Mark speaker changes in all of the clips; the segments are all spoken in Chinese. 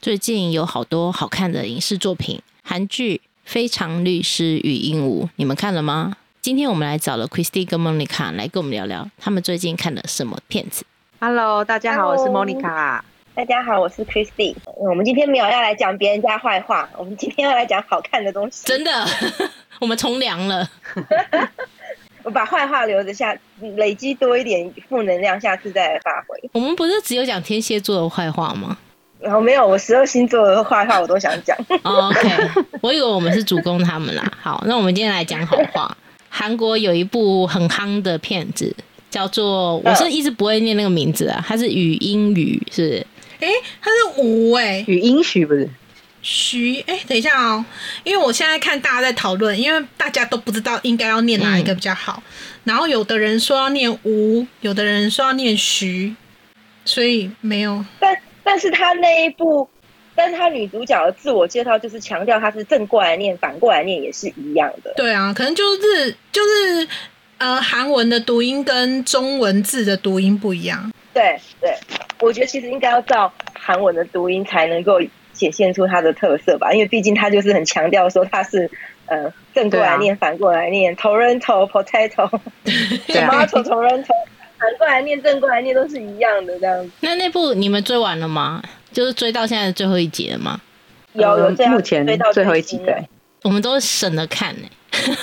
Speaker 1: 最近有好多好看的影视作品，韩剧《非常律师与鹦鹉》，你们看了吗？今天我们来找了 Christy 跟 Monica 来跟我们聊聊他们最近看了什么片子。
Speaker 2: Hello，大家好，我是
Speaker 3: Hello
Speaker 2: Monica。
Speaker 3: 大家好，我是 Christy。我们今天没有要来讲别人家坏话， 我们今天要来讲好看的东西。
Speaker 1: 真的， 我们从良了。
Speaker 3: 我把坏话留着下，累积多一点负能量，下次再来发挥。
Speaker 1: 我们不是只有讲天蝎座的坏话吗、
Speaker 3: 然后没有，我十二星座的坏话我都想讲。
Speaker 1: o k 哦我以为我们是主攻他们啦。好，那我们今天来讲好话。韩国有一部很夯的片子，叫做我是一直不会念那个名字啊，它是语音语，是不是
Speaker 4: 诶，它是五哎、
Speaker 2: 语音许 不是？
Speaker 4: 徐诶，等一下哦，因为我现在看大家在讨论，因为大家都不知道应该要念哪一个比较好，然后有的人说要念吴，有的人说要念徐，所以没有
Speaker 3: 但但是她那一部，但是她女主角的自我介绍就是强调她是正过来念，反过来念也是一样的。
Speaker 4: 对啊，可能就是就是呃韩文的读音跟中文字的读音不一样，
Speaker 3: 对对，我觉得其实应该要照韩文的读音才能够显现出它的特色吧，因为毕竟它就是很强调说它是呃正过来念、反过来念，Toronto potato
Speaker 2: 啊对啊
Speaker 3: tomato Toronto，反过来念、正过来念都是一样的这样子。
Speaker 1: 那那部你们追完了吗？就是追到现在的最后一集了吗？
Speaker 3: 有有
Speaker 2: 嗯
Speaker 3: 这样
Speaker 2: 目前
Speaker 3: 追到
Speaker 2: 最后一集
Speaker 3: 新的
Speaker 2: 对，
Speaker 1: 我们都省着看欸呢、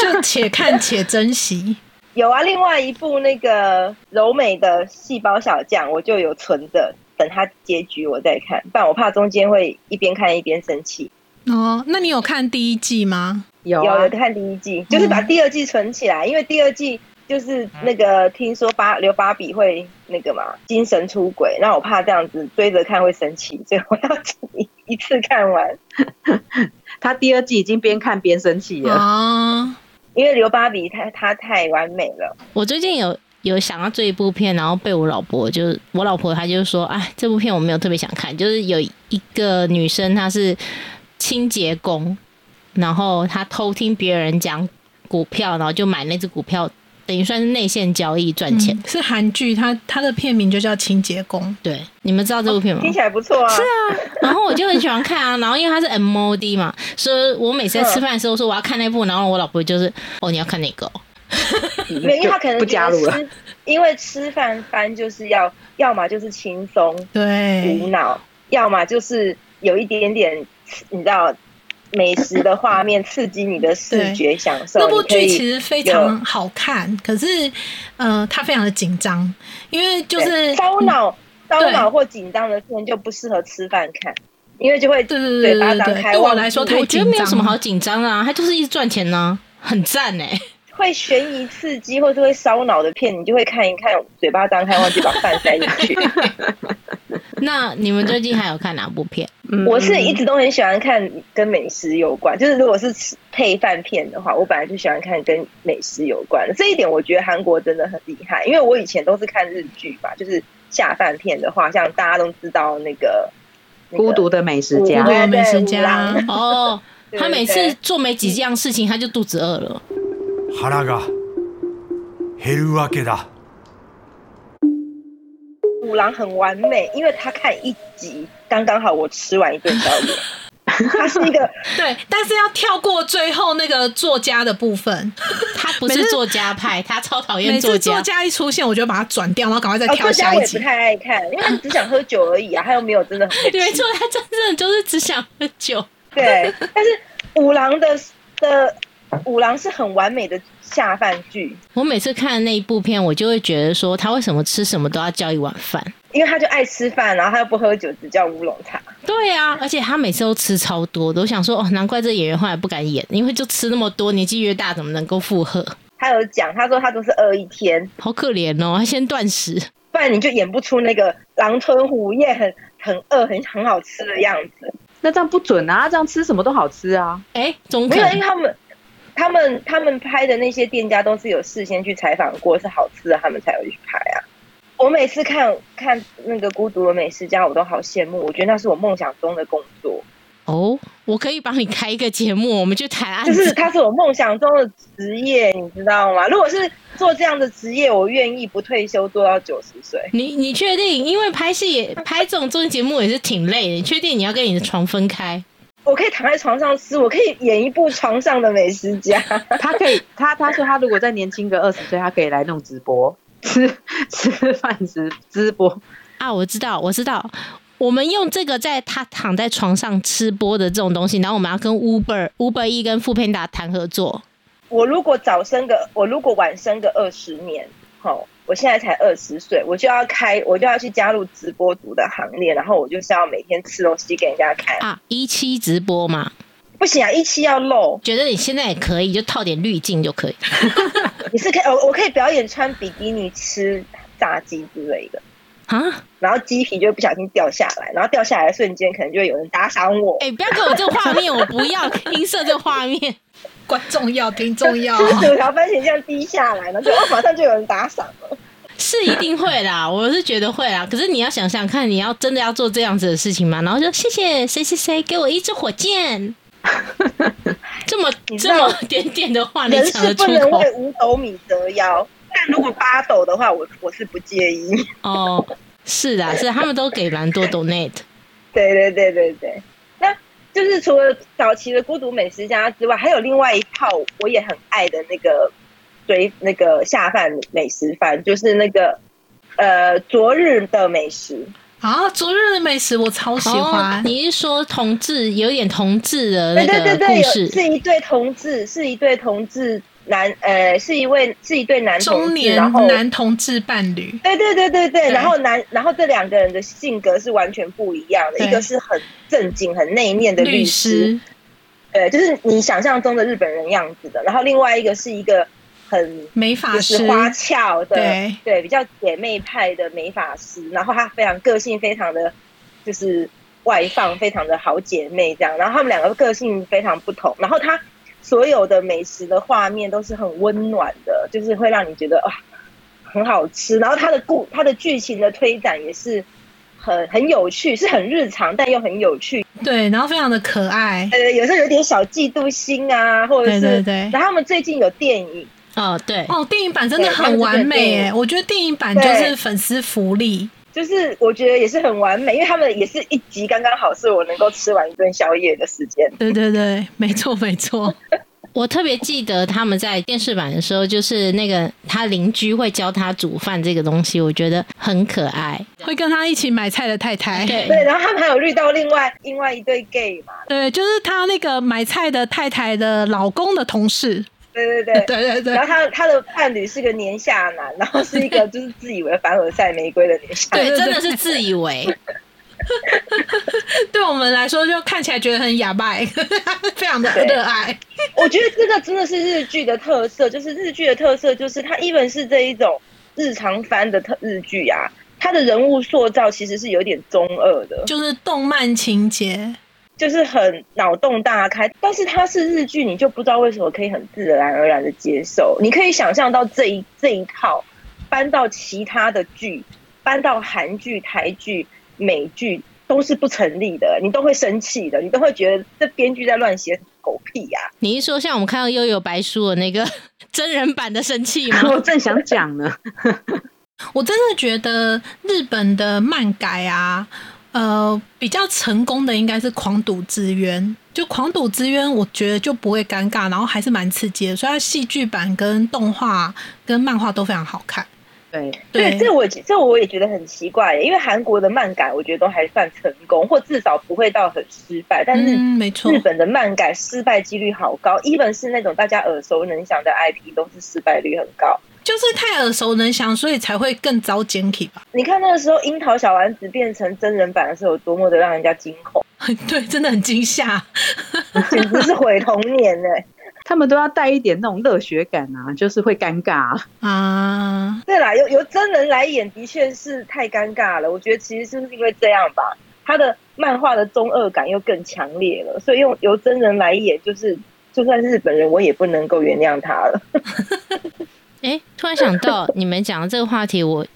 Speaker 4: 就且看且珍惜。
Speaker 3: 有啊，另外一部那个柔美的《细胞小将》，我就有存着，等它结局我再看，不然我怕中间会一边看一边生气。
Speaker 4: 哦，那你有看第一季吗？
Speaker 2: 有
Speaker 3: 有
Speaker 2: 啊
Speaker 3: 有，看第一季，就是把第二季存起来，因为第二季
Speaker 2: 嗯
Speaker 3: 就是那个听说巴刘芭比会那个嘛精神出轨，那我怕这样子追着看会生气，所以我要一一次看完。
Speaker 2: 他第二季已经边看边生气 了。
Speaker 4: 啊，
Speaker 3: 因为刘芭比她她太完美了，
Speaker 2: 嗯
Speaker 1: 我最近有有想要追一部片，然后被我老婆就是我老婆，她就说，哎，这部片我没有特别想看，就是有一个女生她是清洁工，然后她偷听别人讲股票，然后就买那只股票，等于算是内线交易赚钱。
Speaker 4: 嗯是韩剧，它它的片名就叫《清洁工》。
Speaker 1: 对，你们知道这部片吗？
Speaker 3: 听起来不错啊。是啊，
Speaker 1: 然后我就很喜欢看啊，然后因为它是 MOD 嘛，所以我每次
Speaker 4: 嗯
Speaker 1: 在吃饭的时候说我要看那部，然后我老婆就是哦你要看那个、哦，
Speaker 3: 没有，因为她可能
Speaker 2: 就不加入了
Speaker 3: 觉。得吃，因为吃饭番就是要要么就是轻松无
Speaker 4: 对，
Speaker 2: 嗯
Speaker 3: 脑，要么就是有一点点你知道美食的画面刺激你的视觉享受。
Speaker 4: 这部
Speaker 3: 你可
Speaker 4: 剧
Speaker 3: 以
Speaker 4: 其实非常好看，可是，呃，它非常的紧张，因为就是嗯
Speaker 3: 对烧脑、烧
Speaker 4: 对
Speaker 3: 脑或紧张的片就不适合吃饭看，因为就会
Speaker 4: 对对对
Speaker 3: 嘴巴
Speaker 4: 对
Speaker 3: 张
Speaker 4: 对对，
Speaker 3: 开
Speaker 4: 对我
Speaker 3: 忘
Speaker 4: 来说
Speaker 3: 记
Speaker 4: 太
Speaker 1: 我觉
Speaker 4: 紧
Speaker 1: 得没有什
Speaker 4: 张
Speaker 1: 么好
Speaker 4: 了。
Speaker 1: 紧张的啊，他就是一直赚钱呢、很赞 哎、
Speaker 3: 会悬疑刺激或者会烧脑的片，你就会看一看，嘴巴张开忘记把饭塞进 去。
Speaker 1: 那你们最近还有看哪部片？
Speaker 2: 嗯
Speaker 3: 我是一直都很喜欢看跟美食有关，就是如果是吃配饭片的话，我本来就喜欢看跟美食有关的。这一点我觉得韩国真的很厉害，因为我以前都是看日剧吧，就是下饭片的话，像大家都知道那个。
Speaker 2: 嗯
Speaker 3: 那个
Speaker 2: 孤独的美食家
Speaker 4: 孤独，
Speaker 3: 对
Speaker 4: 的美食
Speaker 3: 对五郎
Speaker 4: 家
Speaker 1: 哦，
Speaker 3: 对
Speaker 1: 他每次
Speaker 3: 对
Speaker 1: 做没几样事情他就肚子饿了。
Speaker 5: 腹が減るわけだ
Speaker 3: 五郎很完美，因为他看一集，刚刚好我吃完一顿宵 夜。他是一个
Speaker 4: 对，但是要跳过最后那个作家的部分，
Speaker 1: 他不
Speaker 4: 每
Speaker 1: 是
Speaker 4: 次
Speaker 1: 作家派，他超讨厌
Speaker 4: 每
Speaker 1: 作
Speaker 4: 次
Speaker 1: 家
Speaker 4: 作。家一出现，我就把它转掉，然后赶快再
Speaker 3: 哦，
Speaker 4: 跳
Speaker 3: 作
Speaker 4: 下
Speaker 3: 家我
Speaker 4: 一
Speaker 3: 也不
Speaker 4: 集。
Speaker 3: 太爱看，因为他只想喝酒而已啊，他又没有真的 很会吃
Speaker 1: 没错，他真正就是只想喝酒。
Speaker 3: 对，但是五郎的的五郎是很完美的下饭剧，
Speaker 1: 我每次看那一部片，我就会觉得说，他为什么吃什么都要叫一碗饭？
Speaker 3: 因为他就爱吃饭，然后他又不喝酒，只叫乌龙茶。
Speaker 1: 对啊，而且他每次都吃超多的，我想说哦，难怪这演员后来不敢演，因为就吃那么多，年纪越大怎么能够负荷？
Speaker 3: 他有讲，他说他都是饿一天，
Speaker 1: 好可怜哦，他先断食。
Speaker 3: 不然你就演不出那个狼吞虎咽、很很饿、很很好吃的样子。
Speaker 2: 那这样不准啊！这样吃什么都好吃啊。
Speaker 1: 哎，中
Speaker 3: 没有，因
Speaker 1: 肯
Speaker 3: 为他们他们他们拍的那些店家都是有事先去采访过，是好吃的，他们才会去拍啊。我每次看看那个《孤独的美食家》，我都好羡慕，我觉得那是我梦想中的工作。
Speaker 1: 哦，我可以帮你开一个节目，我们去谈案
Speaker 3: 就是
Speaker 1: 子。
Speaker 3: 它是我梦想中的职业，你知道吗？如果是做这样的职业，我愿意不退休做到九十岁。
Speaker 1: 你你确定？因为拍戏也拍这种综艺节目也是挺累的，你确定你要跟你的床分开？
Speaker 3: 我可以躺在床上吃，我可以演一部床上的美食家。
Speaker 2: 他可以，他他说他如果再年轻个二十岁，他可以来弄直播，吃 吃饭直直播。
Speaker 1: 啊，我知道，我知道。我们用这个在他躺在床上吃播的这种东西，然后我们要跟 Uber、Uber E 跟富平达谈合作。
Speaker 3: 我如果早生个，我如果晚生个二十年，好，我现在才二十岁，我就要开，我就要去加入直播组的行列，然后我就是要每天吃东西给人家看。
Speaker 1: 啊，一期直播嘛，
Speaker 3: 不行啊，一期要露，
Speaker 1: 觉得你现在也可以，就套点滤镜就可以。
Speaker 3: 你是可以，我我可以表演穿比基尼吃炸鸡之类的。
Speaker 1: 啊，
Speaker 3: 然后鸡皮就会不小心掉下来，然后掉下来的瞬间，可能就会有人打赏我。
Speaker 1: 哎、不要给我这个画面，我不要音色这个画面。
Speaker 4: 观众要，听众要
Speaker 3: 就，是薯条番茄酱滴下来，然后就哦，马上就有人打赏 了。
Speaker 1: 是一定会啦，我是觉得会啦。可是你要想想看，你要真的要做这样子的事情吗？然后就谢谢谁谁谁给我一支火 箭，这么
Speaker 3: 你知
Speaker 1: 这
Speaker 3: 道
Speaker 1: 么点点的话，你
Speaker 3: 人
Speaker 1: 讲得
Speaker 3: 是
Speaker 1: 出
Speaker 3: 不能
Speaker 1: 口
Speaker 3: 为五斗米折腰，但如果八斗的话，我我是不介意。
Speaker 1: 哦？是啦，是啦啊他们都给蛮多 donate。
Speaker 3: 对对对对对，那就是除了早期的孤独美食家之外，还有另外一套我也很爱的那个随那个下饭美食番，就是那个呃昨日的美食。
Speaker 4: 啊，昨日的美食我超喜
Speaker 1: 哦
Speaker 4: 欢，
Speaker 1: 你是说同志有点同志的那
Speaker 3: 对对对
Speaker 1: 个
Speaker 3: 对，
Speaker 1: 故
Speaker 3: 有
Speaker 1: 事？
Speaker 3: 是一对同志，是一对同志男，呃，是一位是一对男同
Speaker 4: 中
Speaker 3: 志，
Speaker 4: 年
Speaker 3: 然后
Speaker 4: 男同志伴侣，
Speaker 3: 对对对对对，
Speaker 4: 对
Speaker 3: 然后男，然后这两个人的性格是完全不一样的，
Speaker 4: 对
Speaker 3: 一个是很正经、很内敛的
Speaker 4: 律
Speaker 3: 师，
Speaker 4: 师，
Speaker 3: 对，就是你想象中的日本人样子的，然后另外一个是一个很
Speaker 4: 美发
Speaker 3: 就
Speaker 4: 师
Speaker 3: 是，花俏的，
Speaker 4: 对
Speaker 3: 比较姐妹派的美发师，然后她非常个性，非常的就是外放，非常的好姐妹这样。然后她们两个个性非常不同，然后她所有的美食的画面都是很温暖的，就是会让你觉得啊很好吃。然后她的故她的剧情的推展也是很很有趣，是很日常但又很有趣，
Speaker 4: 对，然后非常的可爱，
Speaker 3: 呃，有时候有点小嫉妒心啊，或者是
Speaker 4: 对对对
Speaker 3: 然后他们最近有电影。
Speaker 1: 哦，对，
Speaker 4: 哦，电影版真的
Speaker 3: 哎对他
Speaker 4: 很
Speaker 3: 们这个
Speaker 4: 完美
Speaker 3: 电影
Speaker 4: 诶，我觉得电影版就是粉丝福利，
Speaker 3: 就是我觉得也是很完美，因为他们也是一集刚刚好是我能够吃完一顿宵夜的时间。
Speaker 4: 对对对，没错没 错，
Speaker 1: 我特别记得他们在电视版的时候，就是那个他邻居会教他煮饭这个东西，我觉得很可爱。
Speaker 4: 会跟他一起买菜的太太，
Speaker 1: 哎对
Speaker 3: 对，然后他们还有遇到另外另外一对 gay 嘛，
Speaker 4: 对，就是他那个买菜的太太的老公的同事，
Speaker 3: 对对对。
Speaker 4: 对对
Speaker 3: 然
Speaker 4: 对
Speaker 3: 后。他他的伴侣是个年下男，然后是一个就是自以为凡尔赛玫瑰的年下男。
Speaker 1: 对，
Speaker 4: 对
Speaker 1: 真的是自以 为。
Speaker 4: 对我们来说，就看起来觉得很哑巴， 非常的热爱。
Speaker 3: 我觉得这个真的是日剧的特色，就是日剧的特色就是它 even 是这一种日常番的特日剧啊，它的人物塑造其实是有点中二的，
Speaker 4: 就是动漫情节，
Speaker 3: 就是很脑洞大开，但是它是日剧，你就不知道为什么可以很自然而然的接受。你可以想象到这一这一套搬到其他的剧，搬到韩剧、台剧、美剧都是不成立的，你都会生气的，你都会觉得这编剧在乱写狗屁啊呀、
Speaker 1: 你一说像我们看到悠悠白书的那个真人版的生气吗？
Speaker 2: 我正想讲呢，
Speaker 4: 我真的觉得日本的漫改啊，呃，比较成功的应该是《狂赌之渊》。就《狂赌之渊》，我觉得就不会尴尬，然后还是蛮刺激的，所以它戏剧版、跟动画、跟漫画都非常好看。
Speaker 2: 对，
Speaker 4: 对，
Speaker 3: 这我这我也觉得很奇怪耶，因为韩国的漫改我觉得都还算成功，或至少不会到很失败，但是
Speaker 4: 嗯，没错
Speaker 3: 日，本的漫改失败几率好高，even 是那种大家耳熟能详的 IP 都是失败率很高。
Speaker 4: 就是太耳熟能详，所以才会更早捡起吧。
Speaker 3: 你看那个时候《樱桃小丸子》变成真人版的时候，有多么的让人家惊恐，
Speaker 4: 对，真的很惊吓。
Speaker 3: 简直是毁童年呢、
Speaker 2: 他们都要带一点那种热血感啊，就是会尴尬、啊。
Speaker 4: 啊，
Speaker 3: 对啦，由由真人来演的确是太尴尬了。我觉得其实是不是因为这样吧，他的漫画的中二感又更强烈了，所以用由真人来演，就是就算是日本人，我也不能够原谅他了。
Speaker 1: 哎、突然想到你们讲的这个话题，我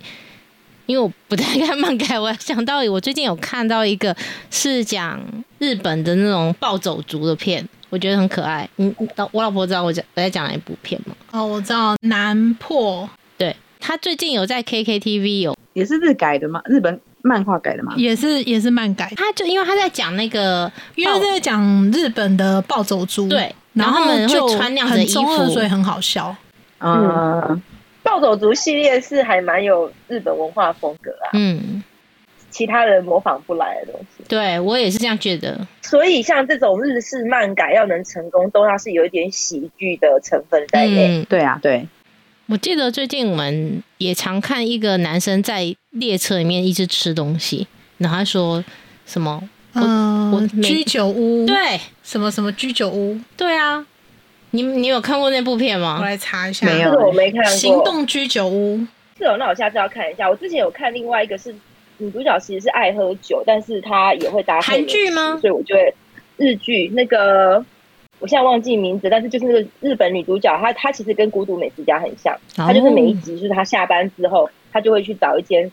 Speaker 1: 因为我不太看漫改，我想到我最近有看到一个是讲日本的那种暴走族的片，我觉得很可爱。你你我老婆知道我讲我在讲哪一部片吗？
Speaker 4: 哦，我知道南破
Speaker 1: 对她最近有在 KKTV 有
Speaker 2: 也是日改的吗？日本漫画改的吗？
Speaker 4: 也是也是漫改，
Speaker 1: 他就因为他在讲那个暴，
Speaker 4: 因为在讲日本的暴走族，
Speaker 1: 对
Speaker 4: 然
Speaker 1: 然后他们会
Speaker 4: 就
Speaker 1: 穿那样的
Speaker 4: 很
Speaker 1: 衣
Speaker 4: 中二，
Speaker 1: 服
Speaker 4: 所以很好笑。
Speaker 2: 嗯，
Speaker 3: 暴走族系列是还蛮有日本文化风格啊，
Speaker 1: 嗯，
Speaker 3: 其他人模仿不来的东西。
Speaker 1: 对我也是这样觉得。
Speaker 3: 所以像这种日式漫改要能成功，都要是有一点喜剧的成分在内。
Speaker 1: 嗯，
Speaker 2: 对啊，对，
Speaker 1: 我记得最近我们也常看一个男生在列车里面一直吃东西，然后他说什么？我我
Speaker 4: 嗯，
Speaker 1: 每
Speaker 4: 居酒屋，，
Speaker 1: 对
Speaker 4: 什么什么居酒屋，
Speaker 1: 对啊，你你有看过那部片
Speaker 4: 我
Speaker 1: 吗？
Speaker 4: 来查一下。
Speaker 2: 没
Speaker 3: 这
Speaker 2: 有
Speaker 3: 个我没看过。
Speaker 4: 行动居酒屋，
Speaker 3: 是哦，那我下次要看一下。我之前有看另外一个是女主角，其实是爱喝酒，但是她也会搭配
Speaker 1: 韩剧吗
Speaker 3: 美食所以我就会日剧那个，我现在忘记名字，但是就是那个日本女主角，她她其实跟《孤独美食家》很像，她就是每一集就是她下班之后，她就会去找一间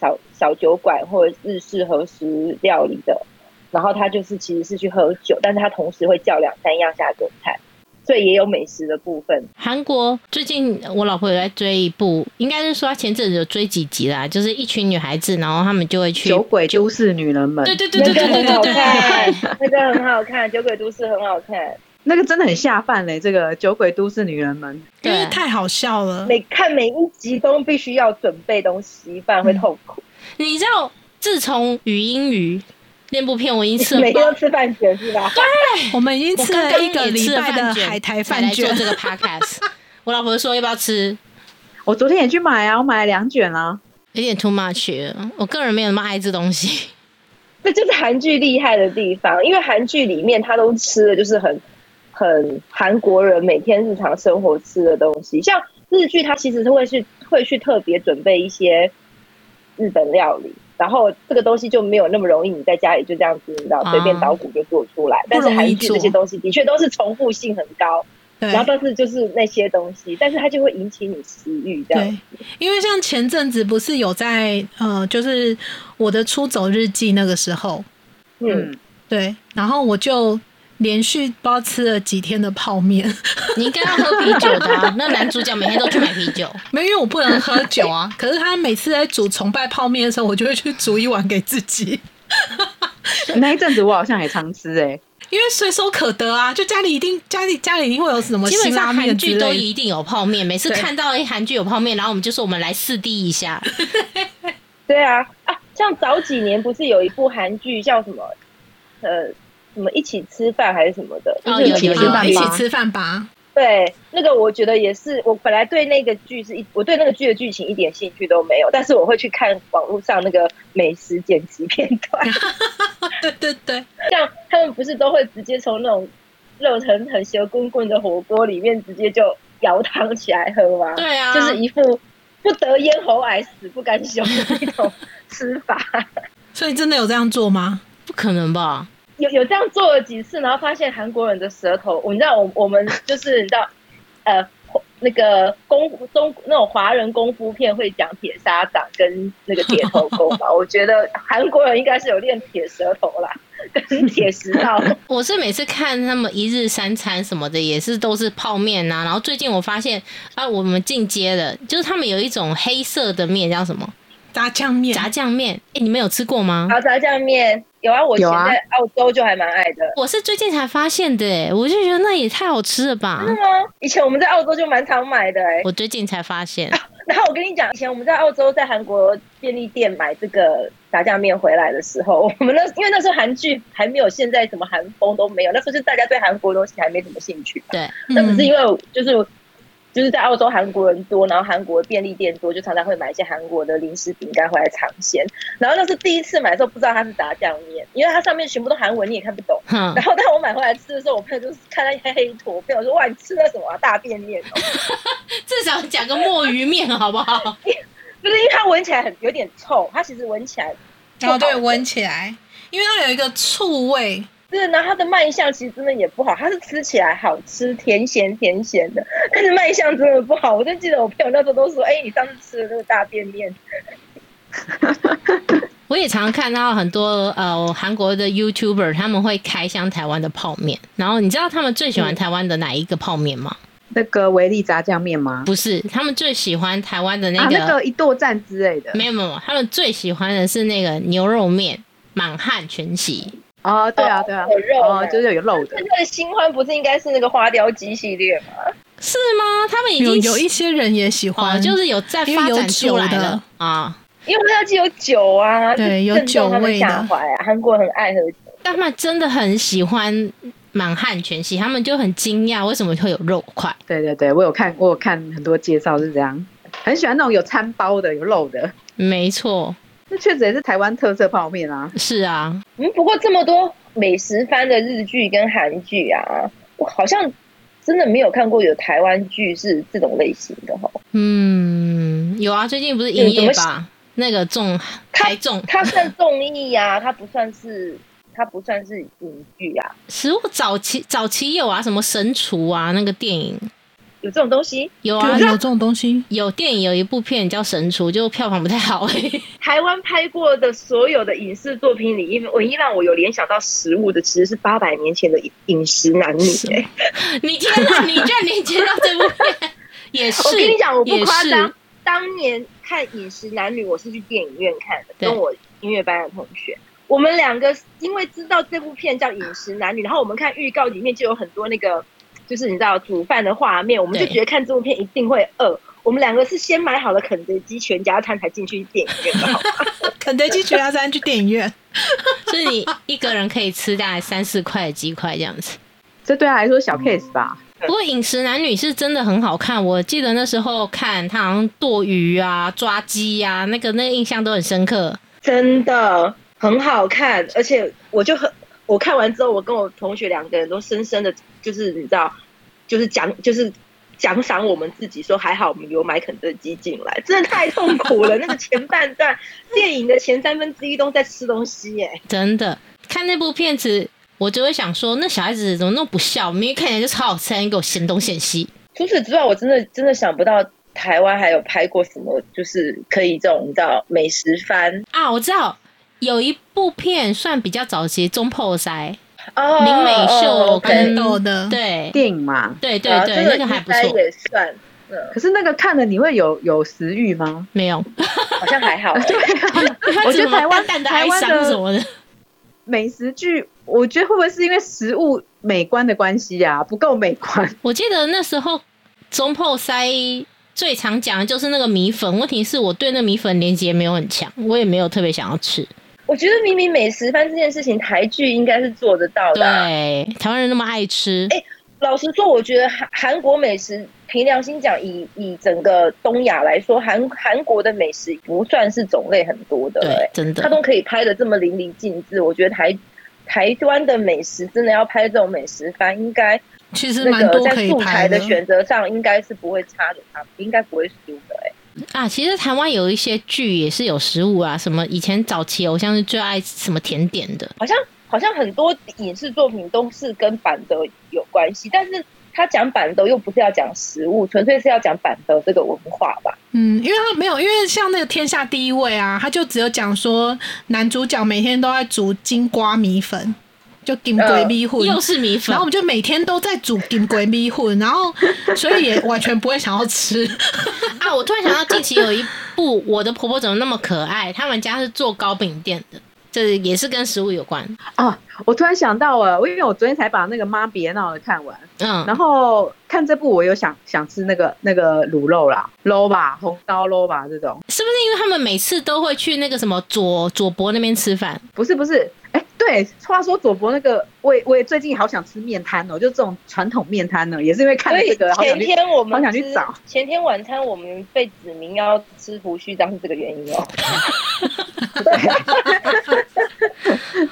Speaker 3: 小小酒馆或者日式和食料理的，然后她就是其实是去喝酒，但是她同时会叫两三样下酒菜，所以也有美食的部分。
Speaker 1: 韩国最近我老婆有在追一部，应该是说她前阵子有追几集啦，就是一群女孩子，然后她们就会去，
Speaker 2: 酒鬼都市女人们，
Speaker 1: 对对对
Speaker 3: 那
Speaker 1: 对
Speaker 3: 个
Speaker 1: 对对
Speaker 3: 很
Speaker 1: 对
Speaker 3: 好
Speaker 1: 对对
Speaker 3: 看，那个很好看，《酒鬼都市》很好看。
Speaker 2: 那个真的很下饭嘞。这个酒鬼都市女人们，
Speaker 4: 因为
Speaker 1: 对
Speaker 4: 太好笑了。
Speaker 3: 每看每一集都必须要准备东西，不然会痛苦。
Speaker 1: 你知道，自从语音鱼那部片，我已经吃了
Speaker 3: 每天都
Speaker 1: 八，
Speaker 3: 吃饭卷是吧？
Speaker 4: 我们已经
Speaker 1: 我
Speaker 4: 吃
Speaker 1: 刚
Speaker 4: 了
Speaker 1: 刚
Speaker 4: 一个
Speaker 1: 也
Speaker 4: 礼
Speaker 1: 吃了
Speaker 4: 拜的
Speaker 1: 饭卷
Speaker 4: 海苔
Speaker 1: 才
Speaker 4: 饭
Speaker 1: 来
Speaker 4: 卷
Speaker 1: 做，这个 podcast。我 老婆说要不要吃，
Speaker 2: 我昨天也去买啊，我买了两卷啊。
Speaker 1: 有点 too much 了。我个人没有那么爱这东西。
Speaker 3: 这就是韩剧厉害的地方，因为韩剧里面他都吃的就是很很韩国人每天日常生活吃的东西，像日剧它其实是会去会去特别准备一些日本料理。然后这个东西就没有那么容易，你在家里就这样子，你知道
Speaker 1: 啊
Speaker 3: 随便捣鼓就做出来。
Speaker 4: 不
Speaker 3: 但是
Speaker 4: 容易
Speaker 3: 韩剧这些
Speaker 4: 做
Speaker 3: 东西的确都是重复性很高，
Speaker 4: 对
Speaker 3: 然后但是就是那些东西，但是它就会引起你食欲这样
Speaker 4: 对，因为像前阵子不是有在呃，就是我的出走日记那个时候，
Speaker 3: 嗯，
Speaker 2: 嗯，
Speaker 4: 对，然后我就连续不知道吃了几天的泡面，
Speaker 1: 你应该要喝啤酒的、啊，那男主角每天都去买啤酒。
Speaker 4: 没有，因为我不能喝酒 啊。可是他每次在煮崇拜泡面的时候，我就会去煮一碗给自己，
Speaker 2: 那一阵子我好像也常吃哎、
Speaker 4: 因为随手可得啊。就家里一定家里家里一定会有什么
Speaker 1: 基本
Speaker 4: 辛拉
Speaker 1: 上
Speaker 4: 面
Speaker 1: 韩
Speaker 4: 之
Speaker 1: 剧都
Speaker 4: 类的。
Speaker 1: 一定有泡面，每次
Speaker 4: 对
Speaker 1: 看到哎韩剧有泡面，然后我们就说我们来四 D 一 下。
Speaker 3: 对啊，啊，像早几年不是有一部韩剧叫什么，呃，什么一起吃饭还是什么的？
Speaker 1: 哦
Speaker 3: 就是
Speaker 1: 有有有
Speaker 4: 啊
Speaker 2: 饭
Speaker 4: 一
Speaker 2: 吧
Speaker 4: 起吃饭吧，
Speaker 3: 对，那个我觉得也是，我本来对那个剧是一，我对那个剧的剧情一点兴趣都没有，但是我会去看网络上那个美食剪辑片 段，
Speaker 4: 对对对，
Speaker 3: 像他们不是都会直接从那种肉很很小棍棍的火锅里面直接就舀汤起来喝吗？
Speaker 1: 对啊，
Speaker 3: 就是一副不得咽喉癌死不甘休的那种吃法。
Speaker 4: 所以真的有这样做吗？
Speaker 1: 不可能吧？
Speaker 3: 有有这样做了几次，然后发现韩国人的舌头，我你知道，我我们就是你知道，呃，那个功夫中那种华人功夫片会讲铁砂掌跟那个铁头功嘛，我觉得韩国人应该是有练铁舌头啦，跟铁食 道。
Speaker 1: 我是每次看他们一日三餐什么的，也是都是泡面啊。然后最近我发现啊，我们进阶了，就是他们有一种黑色的面叫什么
Speaker 4: 炸酱面，
Speaker 1: 炸酱面，哎、你们有吃过吗？
Speaker 3: 然后炸酱面有啊，我以前
Speaker 2: 有啊
Speaker 3: 在澳洲就还蛮爱的。
Speaker 1: 我是最近才发现的、诶我就觉得那也太好吃了吧！
Speaker 3: 是吗？以前我们在澳洲就蛮常买的哎、
Speaker 1: 我最近才发现，
Speaker 3: 然后我跟你讲，以前我们在澳洲在韩国便利店买这个炸酱面回来的时候， 我们那因为那时候韩剧还没有现在什么韩风都没有，那时候就大家对韩国东西还没什么兴趣吧。
Speaker 1: 对，
Speaker 4: 嗯
Speaker 3: 那只是因为就是就是在澳洲韩国人多，然后韩国便利店多，就常常会买一些韩国的零食饼干回来尝鲜。然后那是第一次买的时候不知道它是炸酱面，因为它上面全部都韩文，你也看不懂。
Speaker 1: 哼
Speaker 3: 然，后当我买回来吃的时候，我朋友就是看到黑黑一坨，我朋友说：“哇，你吃了什么啊、大便面哦、
Speaker 1: 至少讲个墨鱼面好不好？
Speaker 3: 就是因为它闻起来很有点臭，它其实闻起来不好
Speaker 4: 哦，对，闻起来，因为它有一个醋味，
Speaker 3: 对，然后它的卖相其实真的也不好，它是吃起来好吃，甜咸甜咸的， 但是卖相真的不好。我 就记得我朋友那时候都说，哎、你上次吃的那个大便面，
Speaker 1: 我也常看到很多呃韩国的 YouTuber 他们会开箱台湾的泡面，然后你知道他们最喜
Speaker 4: 嗯
Speaker 1: 欢台湾的哪一个泡面吗？
Speaker 2: 那个维力炸酱面吗？
Speaker 1: 不是，他们最喜欢台湾的那
Speaker 2: 啊，那个一跺站之类的。
Speaker 1: 没有没有，没有他们最喜欢的是那个牛肉面满汉全席。
Speaker 2: 哦，对啊，对啊，
Speaker 3: 有肉
Speaker 2: 哦，
Speaker 3: 的
Speaker 2: 就是有肉的
Speaker 3: 现。在的新欢不是应该是那个花雕鸡系列吗？
Speaker 1: 是吗？他们已经
Speaker 4: 有有一些人也喜
Speaker 1: 哦，
Speaker 4: 欢，
Speaker 1: 就是有在发
Speaker 4: 因为有
Speaker 1: 展出
Speaker 4: 酒
Speaker 1: 来
Speaker 4: 的
Speaker 1: 了啊。
Speaker 3: 因为花雕鸡有酒啊，
Speaker 4: 对
Speaker 3: 就
Speaker 4: 有
Speaker 3: 正中他们
Speaker 4: 酒味的
Speaker 3: 下怀啊。韩国很爱喝酒，
Speaker 1: 但他们真的很喜欢满汉全席，他们就很惊讶为什么会有肉块。
Speaker 2: 对对对，我有看，我有看很多介绍是这样，很喜欢那种有餐包的、有肉的。
Speaker 1: 没错，
Speaker 2: 那确实也是台湾特色泡面啊。
Speaker 1: 是啊，
Speaker 3: 嗯，不过这么多美食番的日剧跟韩剧啊，我好像真的没有看过有台湾剧是这种类型的哈。
Speaker 1: 嗯，有啊，最近不是营业吧？那个重台 重，
Speaker 3: 它算综艺呀，它不算是它不算是影剧啊，
Speaker 1: 食物早期早期有啊，什么神厨啊，那个电影
Speaker 3: 有这种东西。
Speaker 1: 有啊
Speaker 4: 对，有这种东西。
Speaker 1: 有电影有一部片叫《神厨》，就票房不太好、
Speaker 3: 台湾拍过的所有的影视作品里，因为唯一让我有联想到食物的，其实是八百年前的饮饮食男女、
Speaker 4: 是
Speaker 3: 欸。
Speaker 1: 你竟 然你居然连接到这部片，也是，
Speaker 3: 我跟你讲，我不
Speaker 1: 也
Speaker 3: 夸
Speaker 1: 是
Speaker 3: 张， 当年看饮食男女，我是去电影院看的，
Speaker 1: 对
Speaker 3: 跟我音乐班的同学。我们两个因为知道这部片叫《饮食男女》，然后我们看预告里面就有很多那个，就是你知道煮饭的画面，我们就
Speaker 1: 对
Speaker 3: 觉得看这部片一定会饿。我们两个是先买好了肯德基全家餐才进去电影院的，好吗
Speaker 4: 肯德基全家餐去电影院，
Speaker 1: 所以你一个人可以吃大概三四块的鸡块这样子。
Speaker 2: 这对他来说小 case 吧。
Speaker 1: 不过《饮食男女》是真的很好看，我记得那时候看他好像剁鱼啊、抓鸡呀、啊，那个那个印象都很深刻。
Speaker 3: 真的很好看，而且我就很，我看完之后，我跟我同学两个人都深深的，就是你知道，就是奖，就是奖赏我们自己，说还好我们有买肯德基进来，真的太痛苦 了。那个前半段电影的前三分之一都在吃东西耶、
Speaker 1: 真的，看那部片子，我就会想说，那小孩子怎么那么不孝？明明看起来就超好吃，还给我嫌东嫌西。
Speaker 3: 除此之外，我真的真的想不到台湾还有拍过什么，就是可以这种你知道美食番
Speaker 1: 啊，我知道有一部片算比较早期，《中破塞
Speaker 3: 哦
Speaker 1: 林美秀
Speaker 3: 哦，OK
Speaker 1: 跟
Speaker 4: 很逗的。》，
Speaker 1: 对
Speaker 2: 电影嘛，
Speaker 1: 对对
Speaker 3: 啊
Speaker 1: 对，
Speaker 3: 这
Speaker 1: 那个还不
Speaker 3: 应
Speaker 1: 错
Speaker 3: 该。也算，
Speaker 2: 可是那个看了你会有有食欲吗？
Speaker 1: 没有，
Speaker 3: 好像还 好、欸。
Speaker 2: 我觉得台湾
Speaker 1: 淡淡的哀
Speaker 2: 台湾
Speaker 1: 伤 什
Speaker 2: 的
Speaker 1: 么的，
Speaker 2: 美食剧，我觉得会不会是因为食物美观的关系呀、不够美观？
Speaker 1: 我记得那时候中破塞最常讲的就是那个米粉，问题是我对那米粉连接没有很强，我也没有特别想要吃。
Speaker 3: 我觉得明明美食番这件事情，台剧应该是做得到的啊、
Speaker 1: 对，台湾人那么爱吃，
Speaker 3: 哎老实说，我觉得韩韩国美食，凭良心讲，以以整个东亚来说，韩韩国的美食不算是种类很多的、
Speaker 1: 对
Speaker 3: 哎，
Speaker 1: 真
Speaker 3: 它
Speaker 1: 的。
Speaker 3: 都可以拍的这么淋漓尽致。我觉得台台湾的美食真的要拍这种美食番，应该
Speaker 4: 其实
Speaker 3: 那
Speaker 4: 蛮
Speaker 3: 个
Speaker 4: 多
Speaker 3: 在
Speaker 4: 可以
Speaker 3: 素
Speaker 4: 拍
Speaker 3: 材的选择上，应该是不会差给他们，应该不会输的、哎，
Speaker 1: 啊，其实台湾有一些剧也是有食物啊，什么以前早期偶像是最爱什么甜点的，
Speaker 3: 好像好像很多影视作品都是跟板德有关系，但是他讲板德又不是要讲食物，纯粹是要讲板德这个文化吧。
Speaker 4: 嗯，因为他没有，因为像那个《天下第一位》啊，他就只有讲说男主角每天都在煮金瓜米粉，就金龟米
Speaker 2: 呃
Speaker 4: 粉，
Speaker 1: 又是米粉
Speaker 4: 然后我，们就每天都在煮金龟米粉，然后所以也完全不会想要吃。
Speaker 1: 啊，我突然想到近期有一部《我的婆婆怎么那么可爱》，他们家是做糕饼店的，这也是跟食物有关。
Speaker 2: 啊，我突然想到了，我因为我昨天才把那个《妈别闹了》看完，
Speaker 1: 嗯，
Speaker 2: 然后看这部我有想想吃那个那个卤肉啦、捞吧、红烧捞吧这种，
Speaker 1: 是不是因为他们每次都会去那个什么左左伯那边吃饭？
Speaker 2: 不是不是，哎，对，话说左伯那个，我也我也最近好想吃面摊哦，就这种传统面摊呢，也是因为看
Speaker 3: 所
Speaker 2: 了
Speaker 3: 以
Speaker 2: 啊这个，好
Speaker 3: 前
Speaker 2: 想去
Speaker 3: 天我们
Speaker 2: 好想去
Speaker 3: 吃
Speaker 2: 找
Speaker 3: 前天晚餐我们被指明要吃胡须章是这个原因哦。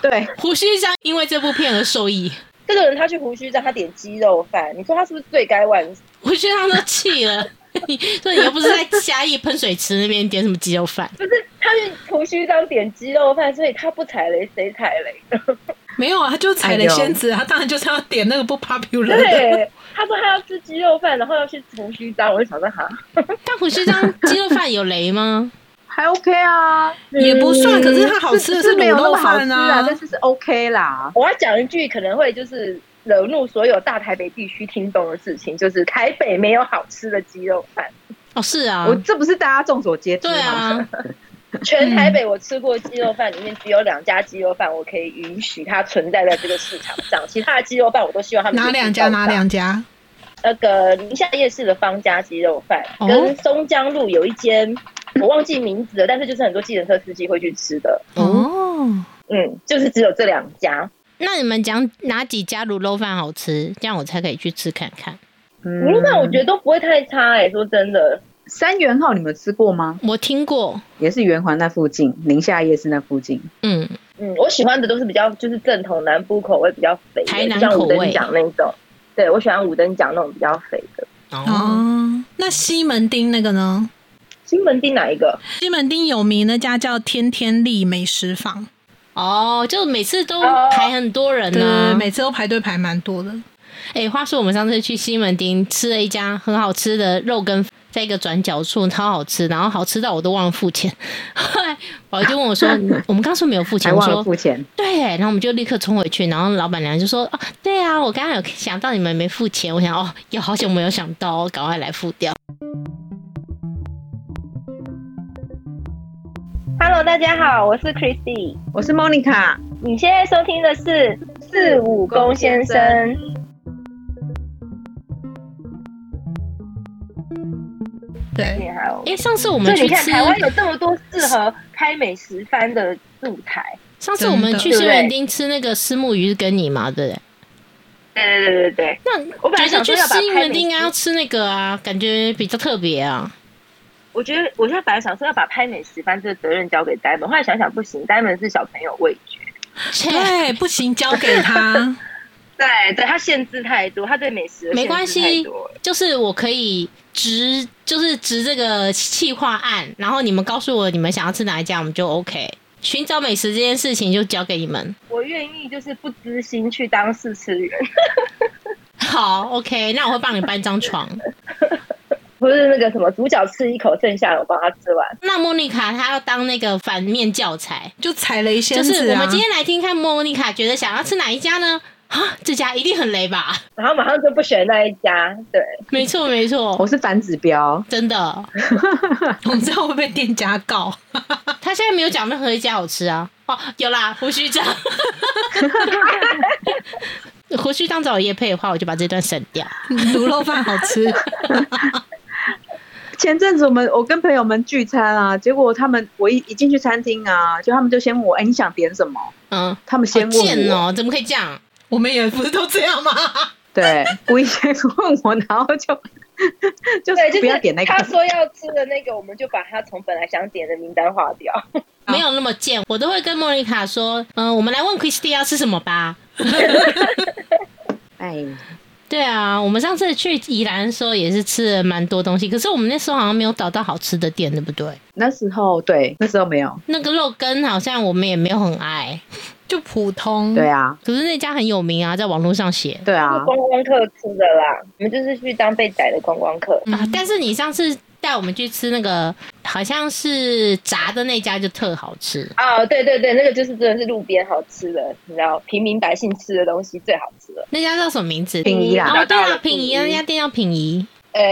Speaker 2: 对，
Speaker 1: 胡须章因为这部片而受益，
Speaker 3: 这个人他去胡须章，他点鸡肉饭，你说他是不是罪该万死？
Speaker 1: 胡须章都气了。 你说你又不是在嘉义喷水池那边点什么鸡肉饭？
Speaker 3: 不是他去胡须章点鸡肉饭，所以他不踩雷谁踩雷？
Speaker 4: 没有啊，他就踩
Speaker 2: 哎
Speaker 4: 雷
Speaker 2: 呦
Speaker 4: 仙子，他当然就是要点那个不 popular 的。
Speaker 3: 对，他说他要吃鸡肉饭，然后要去胡须章，我就想说哈，
Speaker 1: 但胡须章鸡肉饭有雷吗？
Speaker 2: 还 OK 啊，
Speaker 4: 也不算，可是它好吃的
Speaker 2: 是没
Speaker 4: 卤
Speaker 2: 有那
Speaker 4: 肉
Speaker 2: 么好
Speaker 4: 饭
Speaker 2: 吃啊，但是是 OK 啦。
Speaker 3: 我要讲一句可能会就是惹怒所有大台北地区听懂的事情，就是台北没有好吃的鸡肉饭。
Speaker 1: 哦，是啊
Speaker 2: 我，这不是大家众所皆知嗯
Speaker 1: 对
Speaker 2: 吗？
Speaker 1: 啊，
Speaker 3: 全台北我吃过鸡肉饭，里面只有两家鸡肉饭我可以允许它存在在这个市场上，其他的鸡肉饭我都希望 他们
Speaker 4: 哪
Speaker 3: 自己
Speaker 4: 两家？
Speaker 3: 造
Speaker 4: 哪
Speaker 3: 造
Speaker 4: 两家？
Speaker 3: 那个宁夏呃夜市的方家鸡肉饭，
Speaker 1: 哦
Speaker 3: 跟松江路有一间我忘记名字了，但是就是很多计程车司机会去吃的，
Speaker 1: 哦，
Speaker 3: 嗯，就是只有这两家。
Speaker 1: 那你们讲哪几家卤肉饭好吃，这样我才可以去吃看看。
Speaker 2: 嗯
Speaker 3: 卤肉饭我觉得都不会太差哎、说真的，
Speaker 2: 三元号你们吃过吗？
Speaker 1: 我听过，
Speaker 2: 也是圆环那附近，宁夏夜市那附近。
Speaker 1: 嗯，
Speaker 3: 嗯，我喜欢的都是比较就是正统南部口味比较肥的，
Speaker 1: 台南
Speaker 3: 就像
Speaker 1: 口
Speaker 3: 五
Speaker 1: 味
Speaker 3: 等奖那种。对，我喜欢五等奖那种比较肥的。
Speaker 1: 哦，
Speaker 4: 哦，那西门町那个呢？
Speaker 3: 西门町哪一个？
Speaker 4: 西门町有名的家叫天天利美食坊，
Speaker 1: 哦，就每次都
Speaker 3: 哦
Speaker 1: 排很多人啊
Speaker 4: 对，啊
Speaker 1: 呢、
Speaker 4: 每次都排队排蛮多的。
Speaker 1: 哎、话说我们上次去西门町吃了一家很好吃的肉羹，在一个转角处超好吃，然后好吃到我都忘了付钱。后来宝仪就问 我说：“我们刚说没有付钱，
Speaker 2: 还
Speaker 1: 我
Speaker 2: 忘了
Speaker 1: 说
Speaker 2: 付钱，
Speaker 1: 对。”然后我们就立刻冲回去，然后老板娘就说：“哦，对啊，我刚刚有想到你们没付钱，我想哦，有好久没有想到，哦赶快来付掉。
Speaker 3: Hello，大家好，我是 Christy。
Speaker 2: 我是 Monica，
Speaker 3: 你现在收听的是《四五公先生》。
Speaker 4: 对，
Speaker 3: 你好。
Speaker 1: 哎，上次我
Speaker 3: 所
Speaker 1: 们
Speaker 3: 以
Speaker 1: 去
Speaker 3: 你看，
Speaker 1: 吃，
Speaker 3: 台湾有这么多适合开美食番的素材。
Speaker 1: 上次我们去西门町吃那个虱目鱼是跟你嘛，对不对？
Speaker 3: 对对对对对，
Speaker 1: 那
Speaker 3: 我本
Speaker 1: 觉
Speaker 3: 来
Speaker 1: 得
Speaker 3: 想
Speaker 1: 去
Speaker 3: 说要把
Speaker 1: 西
Speaker 3: 拍
Speaker 1: 门
Speaker 3: 美
Speaker 1: 町应该要
Speaker 3: 食，
Speaker 1: 吃那个啊，感觉比较特别啊。
Speaker 3: 我觉得我现在本来想说要把拍美食番这个责任交给 Diamond，后来想想不行，Diamond 是小朋友味觉，
Speaker 1: 切
Speaker 3: 啊
Speaker 4: 对，不行，交给他。
Speaker 3: 对对，他限制太多，他对美食的
Speaker 1: 没
Speaker 3: 限
Speaker 1: 关
Speaker 3: 制太
Speaker 1: 系
Speaker 3: 多了，
Speaker 1: 就是我可以执，就是执这个企划案，然后你们告诉我你们想要吃哪一家，我们就 OK。寻找美食这件事情就交给你们。
Speaker 3: 我愿意就是不知心去当试吃员，
Speaker 1: 好，OK，那我会帮你搬张 床。
Speaker 3: 不是那个什么主角吃一口，剩下的我帮他吃完。
Speaker 1: 那莫妮卡她要当那个反面教材，
Speaker 4: 就踩雷
Speaker 1: 就
Speaker 4: 先
Speaker 1: 是
Speaker 4: 子
Speaker 1: 我
Speaker 4: 啊
Speaker 1: 们！今天来听看莫妮卡觉得想要吃哪一家呢？啊，这家一定很雷吧？
Speaker 3: 然后马上就不选那一家，对，
Speaker 1: 没错，没
Speaker 2: 我
Speaker 1: 错，
Speaker 2: 是反指标。
Speaker 1: 真的，
Speaker 4: 我们知道会被店家告，
Speaker 1: 她现在没有讲任何一家好吃啊。哦，有啦，胡须章， 胡须章找我叶配的话，我就把这段省掉。
Speaker 4: 卤肉饭好 吃。
Speaker 2: 前阵子我们我跟朋友们聚餐啊，结果他们我一一进去餐厅啊，就他们就先问我，哎、你想点什么？
Speaker 1: 嗯，
Speaker 2: 他们先
Speaker 1: 好
Speaker 2: 问
Speaker 1: 贱
Speaker 2: 我，
Speaker 1: 哦，怎么可以这样？
Speaker 4: 我们也不是都这样吗？
Speaker 2: 对，故意先问我，然后就 就
Speaker 3: 对，
Speaker 2: 是
Speaker 3: 就是
Speaker 2: 不要点那个。
Speaker 3: 他说要吃的那个，我们就把他从本来想点的名单划掉。
Speaker 2: 啊
Speaker 1: 没有那么贱，我都会跟莫妮卡说，嗯、我们来问 Christy 要吃什么吧。
Speaker 2: 哎，
Speaker 1: 对啊，我们上次去宜兰的时候也是吃了蛮多东西，可是我们那时候好像没有找到好吃的店，对不对？
Speaker 2: 那时候对，那时候没有。
Speaker 1: 那个肉羹好像我们也没有很爱，
Speaker 4: 就普通。
Speaker 2: 对啊，
Speaker 1: 可是那家很有名啊，在网络上写、
Speaker 2: 对啊
Speaker 3: 是，观光客吃的啦，我们就是去当被宰的观光客。
Speaker 1: 啊。但是你上次带我们去吃那个，好像是炸的那家就特好吃。
Speaker 3: 哦，对对对，那个就是真的是路边好吃的，你知道，平民百姓吃的东西最好吃了。
Speaker 1: 那家叫什么名字？
Speaker 2: 平宜啦
Speaker 1: 哦，对
Speaker 3: 找到
Speaker 1: 啊，
Speaker 3: 了
Speaker 1: 平宜
Speaker 3: 平宜
Speaker 1: 那家店叫平宜。
Speaker 3: 呃，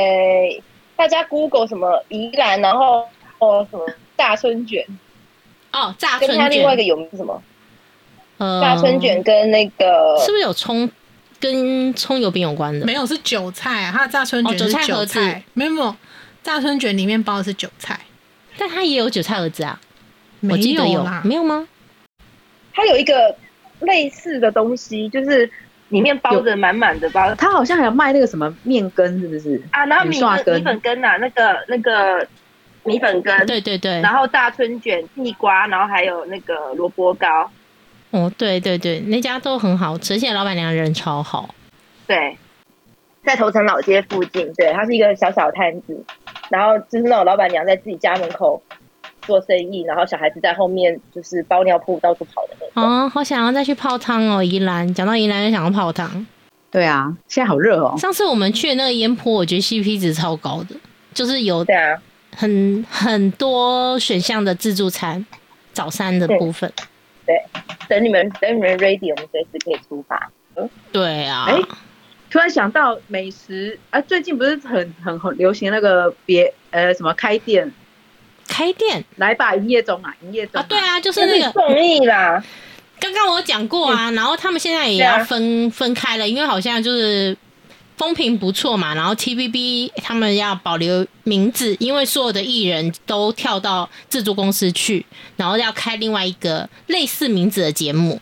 Speaker 3: 大家 Google 什么宜兰，然后哦什么大春卷，
Speaker 1: 哦，炸春
Speaker 3: 跟它
Speaker 1: 卷。
Speaker 3: 另外一个有名是什么？
Speaker 1: 呃
Speaker 3: 大春卷跟那个
Speaker 1: 是不是有葱跟葱油饼有关的？
Speaker 4: 没有是韭菜、啊，它的炸春
Speaker 1: 哦
Speaker 4: 卷
Speaker 1: 韭
Speaker 4: 是
Speaker 1: 菜
Speaker 4: 韭
Speaker 1: 盒子
Speaker 4: 菜，没有没有，炸春卷里面包的是韭菜，
Speaker 1: 但它也有韭菜盒子啊，
Speaker 4: 没
Speaker 1: 我记得有
Speaker 4: 啦，
Speaker 1: 没有吗？
Speaker 3: 它有一个类似的东西，就是里面包着满满的包
Speaker 2: 他好像还有卖那个什么面羹，是不是？
Speaker 3: 啊，然后米
Speaker 2: 刷
Speaker 3: 粉
Speaker 2: 羹
Speaker 3: 米粉羹啊，那个那个米粉羹，
Speaker 1: 对对对，
Speaker 3: 然后大春卷、地瓜，然后还有那个萝卜糕，
Speaker 1: 哦对对对，那家都很好吃，而且老板娘人超好。
Speaker 3: 对，在头城老街附近，对，它是一个小小摊子，然后就是那种老板娘在自己家门口做生意，然后小孩子在后面就是包尿布到处跑的那种。
Speaker 1: 哦，好想要再去泡汤哦，宜兰。讲到宜兰，就想要泡汤。
Speaker 2: 对啊，现在好热哦。
Speaker 1: 上次我们去的那个烟坡，我觉得 CP 值超高的，就是有
Speaker 3: 对啊，
Speaker 1: 很很多选项的自助餐早餐的部分。
Speaker 3: 等你们等你们 ready，我们随时可以出发。
Speaker 1: 对啊，
Speaker 2: 哎突然想到美食啊，最近不是很很很流行那个别呃什么开店
Speaker 1: 开店
Speaker 2: 来吧营业中啊营业中
Speaker 1: 啊，对啊，就是
Speaker 3: 这
Speaker 1: 那
Speaker 3: 是
Speaker 1: 个
Speaker 3: 创意啦，
Speaker 1: 刚刚我有讲过啊，然后他们现在也
Speaker 3: 嗯对啊
Speaker 1: 要分分开了，因为好像就是风评不错嘛，然后 TVB 他们要保留名字，因为所有的艺人都跳到制作公司去，然后要开另外一个类似名字的节目，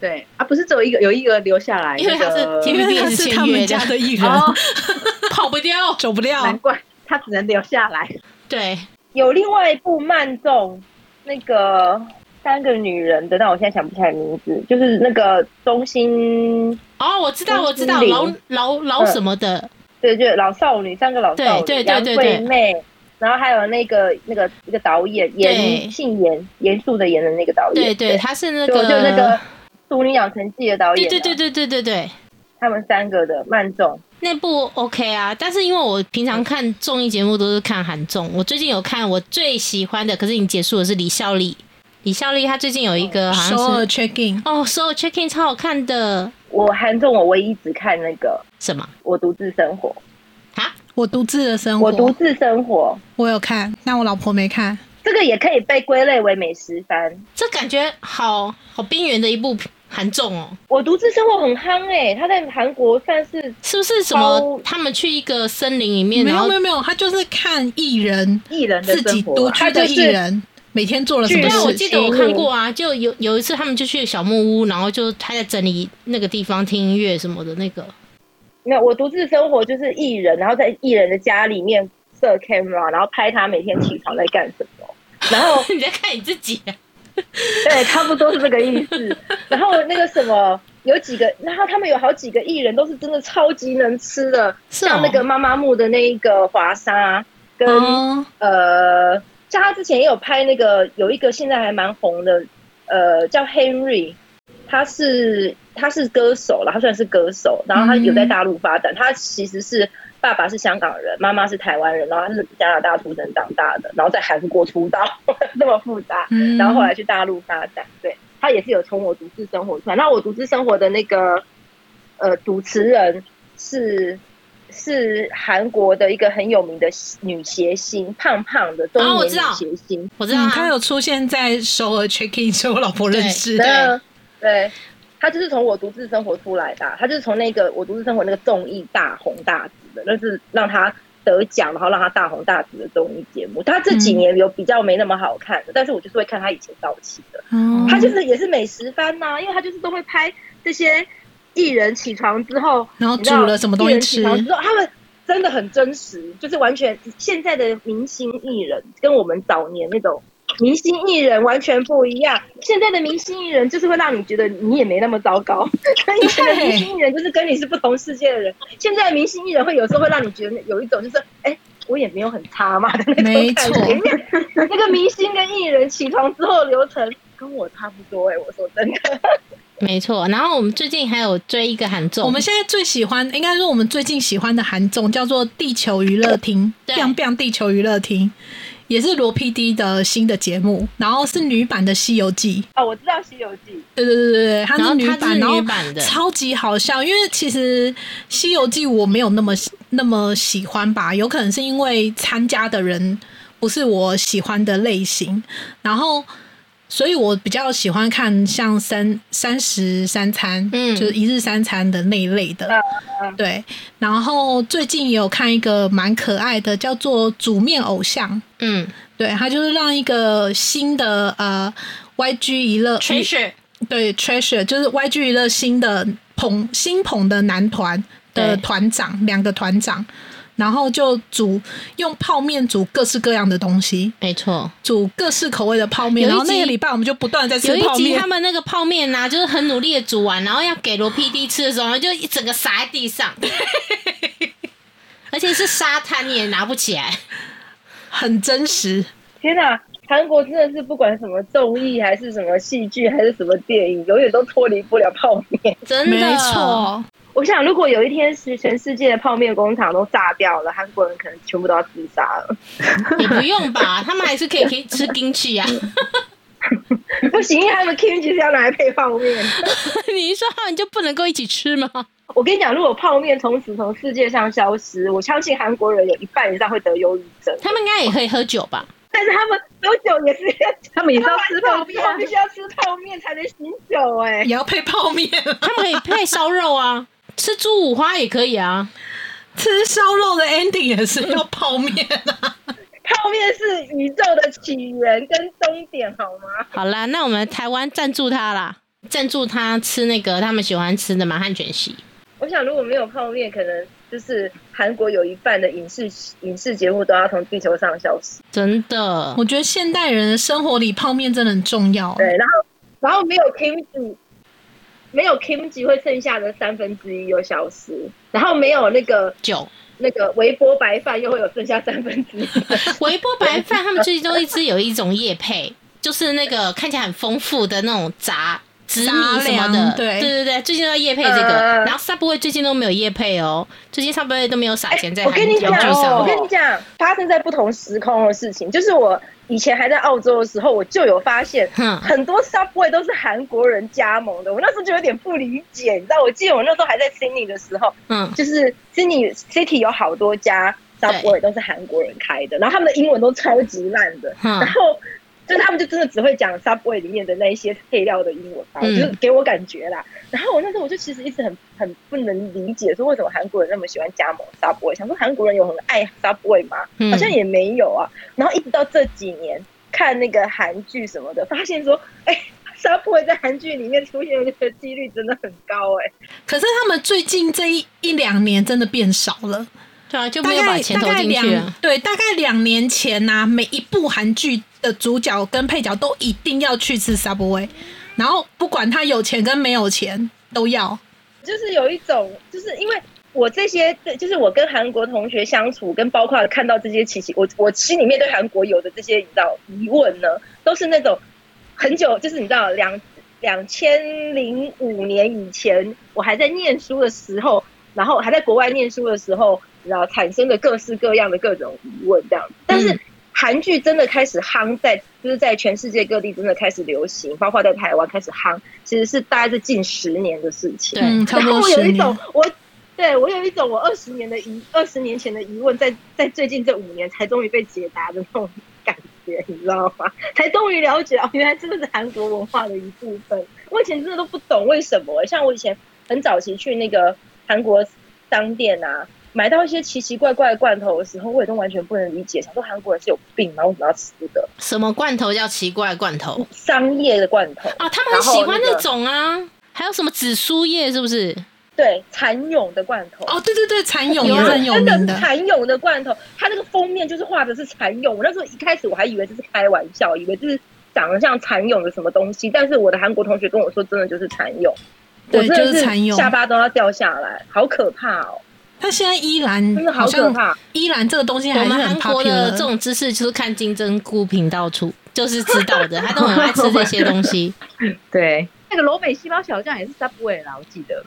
Speaker 2: 对啊，不是只有一个有一个留下来，
Speaker 1: 因为他是
Speaker 2: 那个
Speaker 1: 因为
Speaker 4: 因为他
Speaker 1: TVB
Speaker 4: 是
Speaker 1: 是
Speaker 4: 他
Speaker 1: 签
Speaker 4: 们
Speaker 1: 约
Speaker 4: 家的艺人，
Speaker 2: 哦，
Speaker 1: 跑不掉。
Speaker 4: 走不
Speaker 2: 难
Speaker 4: 掉。
Speaker 2: 怪他只能留下来。
Speaker 1: 对，
Speaker 3: 有另外一部慢动，那个三个女人的，但我现在想不起来名字，就是那个中心，
Speaker 1: 哦，我知道，我知道，
Speaker 3: 林
Speaker 1: 老老老
Speaker 3: 嗯
Speaker 1: 什么的，
Speaker 3: 对，就是老少女，三个老少女，
Speaker 1: 对对对对
Speaker 3: 杨贵妹，然后还有那个那个那个导演
Speaker 1: 对
Speaker 3: 严姓严严肃的严的那个导演，
Speaker 1: 对对，他是那
Speaker 3: 呃就
Speaker 1: 个，
Speaker 3: 就那个《俗女养成记》的导演、
Speaker 1: 对
Speaker 3: 啊，
Speaker 1: 对对对对对对。
Speaker 3: 他们三个的慢动，
Speaker 1: 那部 OK 啊，但是因为我平常看综艺节目都是看韩综，我最近有看我最喜欢的，可是已经结束的是李孝利。李孝利他最近有一个好
Speaker 4: 首
Speaker 1: 像
Speaker 4: 尔
Speaker 1: 是
Speaker 4: check in，
Speaker 1: 哦，所有 check in 超好看的，
Speaker 3: 我韩综我唯一只看那个
Speaker 1: 什么
Speaker 3: 《我独自生活》，
Speaker 1: 啊？
Speaker 4: 我独自的生活，
Speaker 3: 我独自生活
Speaker 4: 我有看，但我老婆没看。
Speaker 3: 这个也可以被归类为美食番。
Speaker 1: 这感觉好好边缘的一部韩综哦，
Speaker 3: 我独自生活很夯哎、欸，他在韩国算是
Speaker 1: 是不是什
Speaker 3: 超
Speaker 1: 么？他们去一个森林里面，
Speaker 4: 没
Speaker 1: 然
Speaker 4: 有
Speaker 1: 后
Speaker 4: 没有没有，他就是看艺人
Speaker 2: 艺人的
Speaker 4: 自己
Speaker 2: 生
Speaker 4: 独
Speaker 2: 活，
Speaker 4: 居的艺人每天做了什
Speaker 1: 对
Speaker 4: 么
Speaker 1: 啊，
Speaker 3: 是
Speaker 1: 我
Speaker 4: 事。
Speaker 1: 记得我看过啊，就有有一次他们就去小木屋，然后就他在整理那个地方听音乐什么的那个，
Speaker 3: 没有我独自生活就是艺人，然后在艺人的家里面设 camera，然后拍他每天起床在干什么。然后
Speaker 1: 你在看你自己啊、
Speaker 3: 对，差不多是这个意思。然后那个什么，有几个，然后他们有好几个艺人都是真的超级能吃的，
Speaker 1: 是哦
Speaker 3: 像那个妈妈木的那一个华莎，跟、
Speaker 4: 哦，
Speaker 3: 呃，像他之前也有拍那个有一个现在还蛮红的，呃，叫 Henry，他是他是歌手啦，他虽然是歌手，然后他有在大陆发展，他其实是。爸爸是香港人，妈妈是台湾人，然后他是加拿大出生长大的，然后在韩国出道， 这么复杂。
Speaker 4: 嗯
Speaker 3: 然后后来去大陆发展，对他也是有从我独自生活出来。那我独自生活的那个呃主持人是是韩国的一个很有名的女谐星，胖胖的中
Speaker 1: 哦我
Speaker 3: 年
Speaker 1: 知道
Speaker 3: 女谐星。
Speaker 1: 我知道、
Speaker 4: 嗯，
Speaker 1: 啊，
Speaker 4: 他有出现在首尔 check in，所以我老婆认识
Speaker 1: 对。
Speaker 3: 嗯，对，她就是从我独自生活出来的啊、她就是从那个我独自生活那个综艺大红大紫的，那是让她得奖，然后让她大红大紫的综艺节目。她这
Speaker 1: 嗯
Speaker 3: 几年有比较没那么好看的，但是我就是会看她以前早期的。
Speaker 4: 哦
Speaker 3: 他就是也是美食番呐、因为他就是都会拍这些艺人起床之后，
Speaker 4: 然后
Speaker 3: 你知道
Speaker 4: 煮了什么东西吃
Speaker 3: 艺人起床之后他们真的很真实，就是完全现在的明星艺人跟我们早年那种明星艺人完全不一样。现在的明星艺人就是会让你觉得你也没那么糟 糕，跟以前的明星艺人就是跟你是不同世界的人。现在的明星艺人会有时候会让你觉得有一种就是哎。我也没有很差嘛的那
Speaker 4: 没
Speaker 3: 种
Speaker 4: 错
Speaker 3: 感觉，因为那个明星跟艺人起床之后流程跟我差不多哎、我说真的，
Speaker 1: 没错，然后我们最近还有追一个韩综，
Speaker 4: 我们现在最喜欢，应该说我们最近喜欢的韩综叫做《地球娱乐厅》
Speaker 1: 对
Speaker 4: ，biang biang 地球娱乐厅，也是罗 PD 的新的节目，然后是女版的《西游记》。
Speaker 3: 哦，我知道《西游记
Speaker 4: 对对对对对，它
Speaker 1: 然后
Speaker 4: 是女
Speaker 1: 它
Speaker 4: 版，
Speaker 1: 是
Speaker 4: 然后
Speaker 1: 女版的
Speaker 4: 超级好笑。因为其实《西游记》我没有那么那么喜欢吧，有可能是因为参加的人不是我喜欢的类型，然后。所以我比较喜欢看像三三十三餐，
Speaker 1: 嗯
Speaker 4: 就是一日三餐的那一类的，
Speaker 3: 嗯
Speaker 4: 对。然后最近也有看一个蛮可爱的，叫做《煮面偶像》，
Speaker 1: 嗯
Speaker 4: 对，它就是让一个新的呃 YG 娱乐
Speaker 1: ，Treasure
Speaker 4: 对 Treasure 就是 YG 娱乐新的捧新捧的男团的
Speaker 1: 对
Speaker 4: 团长，两个团长，然后就煮用泡面煮各式各样的东西，
Speaker 1: 没错，
Speaker 4: 煮各式口味的泡面。
Speaker 1: 有一
Speaker 4: 然后那个
Speaker 1: 集
Speaker 4: 礼拜我们就不断地在
Speaker 1: 有
Speaker 4: 吃
Speaker 1: 一
Speaker 4: 泡
Speaker 1: 集
Speaker 4: 面
Speaker 1: 他，们那个泡面呐、就是很努力的煮完，然后要给罗 PD 吃的时候，然后就一整个撒在地 上，而且是沙滩你也拿不起来，
Speaker 4: 很真实。》，
Speaker 3: 天哪、韩国真的是不管什么综艺还是什么戏剧还是什么电影，永远都脱离不了泡面。
Speaker 1: 真的，
Speaker 4: 没错，
Speaker 3: 我想，如果有一天是全世界的泡面工厂都炸掉了，韩国人可能全部都要自杀了。
Speaker 1: 也不用 吧，他们还是可以可以吃冰淇啊。
Speaker 3: 不行，因为他们 kimchi 是要拿来配泡面。
Speaker 1: 你一说他们就不能够一起吃吗？
Speaker 3: 我跟你讲，如果泡面从此从世界上消失，我相信韩国人有一半以上会得忧郁症。
Speaker 1: 他们应该也可以喝酒吧？
Speaker 3: 但是他们喝酒也是要吃
Speaker 2: 他们也是要吃泡面啊
Speaker 3: 必须要吃泡面才能醒酒哎、
Speaker 4: 也要配泡面，
Speaker 1: 他们可以配烧肉啊，吃猪五花也可以啊。
Speaker 4: 吃烧肉的 ending 也是要泡面啊。
Speaker 3: 泡面是宇宙的起源跟终点，好吗？
Speaker 1: 好啦，那我们台湾赞助他啦，赞助他吃那个他们喜欢吃的满汉全席。
Speaker 3: 我想如果没有泡面，可能就是韩国有一半的影视影视节目都要从地球上消失。
Speaker 1: 真的，
Speaker 4: 我觉得现代人的生活里泡面真的很重要。
Speaker 3: 对，然后然后没有 kimchi，没有 kimchi 会剩下的三分之一又消失，然后没有那个
Speaker 1: 酒
Speaker 3: 那个微波白饭又会有剩下三分之一。
Speaker 1: 微波白饭，他们最近都一直有一种叶配， 就是那个看起来很丰富的那种杂紫米什么
Speaker 4: 杂
Speaker 1: 的
Speaker 4: 粮。
Speaker 1: 对
Speaker 4: 对
Speaker 1: 对对，最近都在叶配这个。
Speaker 3: 呃
Speaker 1: 然后 Subway 最近都没有叶配哦，哎最近 Subway 都没有撒钱在
Speaker 3: 哎我
Speaker 1: 韩
Speaker 3: 跟你
Speaker 1: 剧
Speaker 3: 讲，哦
Speaker 1: 上
Speaker 3: 我
Speaker 1: 面。
Speaker 3: 跟你讲，发生在不同时空的事情，就是我以前还在澳洲的时候，我就有发现，
Speaker 1: 哼
Speaker 3: 很多 Subway 都是韩国人加盟的。我那时候就有点不理解，你知道，我记得我那时候还在 Sydney 的时候，
Speaker 1: 嗯，
Speaker 3: 就是 Sydney City 有好多家 Subway 都是韩国人开的，然后他们的英文都超级烂的，
Speaker 1: 嗯
Speaker 3: 然后。就是他们就真的只会讲 Subway 里面的那一些配料的英文吧，
Speaker 1: 嗯
Speaker 3: 就是给我感觉啦。然后我那时候我就其实一直很很不能理解，说为什么韩国人那么喜欢加盟 Subway，想说韩国人有很爱 Subway 吗？
Speaker 1: 嗯
Speaker 3: 好像也没有啊。然后一直到这几年看那个韩剧什么的，发现说，哎、s u b w a y 在韩剧里面出现的几率真的很高哎、
Speaker 4: 可是他们最近这一一两年真的变少了，
Speaker 1: 对啊，就
Speaker 4: 大
Speaker 1: 没有把
Speaker 4: 概
Speaker 1: 钱
Speaker 4: 大
Speaker 1: 投
Speaker 4: 概
Speaker 1: 进去啊
Speaker 4: 两。对，大概两年前呐、每一部韩剧的主角跟配角都一定要去吃 Subway，然后不管他有钱跟没有钱都要。
Speaker 3: 就是有一种，就是因为我这些，对就是我跟韩国同学相处，跟包括看到这些奇奇，我我心里面对韩国有的这些你知道疑问呢，都是那种很久，就是你知道两两千零五年以前，我还在念书的时候，然后还在国外念书的时候，然后产生的各式各样的各种疑问这样子，但是。
Speaker 1: 嗯
Speaker 3: 韩剧真的开始夯在，就是在全世界各地真的开始流行，包括在台湾开始夯，其实是大概是近十年的事情。
Speaker 1: 对
Speaker 4: 嗯，差
Speaker 3: 然
Speaker 4: 不
Speaker 3: 后
Speaker 4: 多
Speaker 3: 我
Speaker 4: 十
Speaker 3: 有一
Speaker 4: 年。
Speaker 3: 种我对我有一种我二十年的疑二十年前的疑问，在在最近这五年才终于被解答的那种感觉，你知道吗？才终于了解哦，原来这个是韩国文化的一部分。我以前真的都不懂为什么，欸像我以前很早期去那个韩国商店啊。买到一些奇奇怪怪的罐头的时候，我也都完全不能理解，想说韩国人是有病吗？为什么要吃这个
Speaker 1: 什么罐头叫奇怪罐头
Speaker 3: 商业的罐头？
Speaker 1: 啊？他们很
Speaker 3: 然后
Speaker 1: 喜欢
Speaker 3: 那个
Speaker 1: 那种啊。还有什么紫苏叶是不是？
Speaker 3: 对，蚕蛹的罐头。
Speaker 4: 哦，对对对，蚕蛹
Speaker 1: 有
Speaker 4: 也
Speaker 1: 啊
Speaker 4: 是很有
Speaker 3: 真
Speaker 4: 名
Speaker 3: 的
Speaker 4: 的。
Speaker 3: 蚕蛹的罐头，它那个封面就是画的是蚕蛹。我那时候一开始我还以为这是开玩笑，以为这是长得像蚕蛹的什么东西，但是我的韩国同学跟我说，真的就是蚕蛹，
Speaker 4: 对
Speaker 3: 我真的
Speaker 4: 就是蚕蛹
Speaker 3: 下巴都要掉下来，好可怕哦，
Speaker 4: 他现在依然
Speaker 3: 真的好
Speaker 4: 好
Speaker 3: 可
Speaker 4: 像
Speaker 3: 怕。
Speaker 4: 依然这个东西
Speaker 1: 我
Speaker 4: 还是
Speaker 1: 们韩
Speaker 4: 很
Speaker 1: 国的
Speaker 4: popular
Speaker 1: 这。种知识就是看金针菇频道出，就是知道的，他都很爱吃这些东西。
Speaker 2: 对，那个柔美细胞小将也是 Subway 啦，我记得。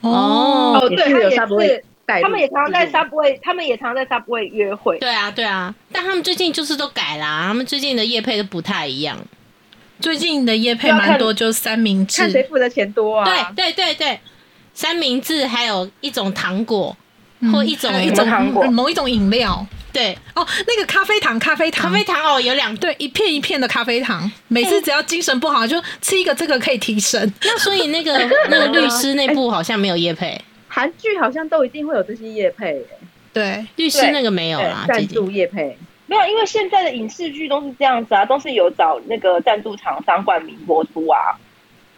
Speaker 1: 哦
Speaker 3: 哦，对，
Speaker 2: 也是
Speaker 3: 他
Speaker 2: 有
Speaker 3: 也
Speaker 2: Subway
Speaker 3: 是，
Speaker 2: 带嗯
Speaker 3: 他们也常常在嗯
Speaker 2: 沙
Speaker 3: Subway，他们也常在 Subway 约会。
Speaker 1: 对啊，对啊，但他们最近就是都改啦，他们最近的叶配都不太一样。
Speaker 4: 最近的夜配蛮多，就是三明治
Speaker 2: 看，谁付的钱多啊？
Speaker 1: 对对对对，三明治还有一种糖果，
Speaker 4: 嗯
Speaker 1: 或一种
Speaker 4: 还有一
Speaker 3: 什么糖果
Speaker 4: 种某一种饮料。
Speaker 1: 对，
Speaker 4: 哦，那个咖啡糖，咖啡
Speaker 1: 咖
Speaker 4: 糖，
Speaker 1: 啡糖哦，有两对。
Speaker 4: 对，一片一片的咖啡糖，每次只要精神不好，就吃一个这个可以提神。
Speaker 1: 那所以那个那个律师那部好像没有叶配，
Speaker 2: 韩剧好像都一定会有这些业配、
Speaker 4: 对，
Speaker 1: 律师那个没有
Speaker 3: 啊
Speaker 1: 啦，
Speaker 2: 赞
Speaker 1: 最近
Speaker 2: 助业配。
Speaker 3: 没有，因为现在的影视剧都是这样子啊，都是有找那个赞助厂商冠名播出啊。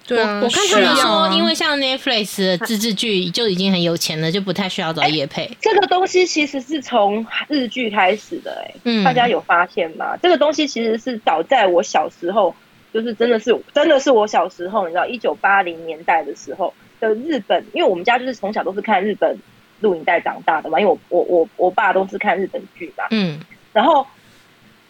Speaker 4: 对啊，
Speaker 1: 我看他们
Speaker 4: 需要啊
Speaker 1: 说，因为像 Netflix 的自制剧就已经很有钱了，就不太需要找叶配。
Speaker 3: 这个东西其实是从日剧开始的、哎、
Speaker 1: 嗯
Speaker 3: 大家有发现吗？这个东西其实是早在我小时候，就是真的是真的是我小时候，你知道，一九八零年代的时候的日本，因为我们家就是从小都是看日本录影带长大的嘛，因为我我我我爸都是看日本剧嘛，
Speaker 1: 嗯，
Speaker 3: 然后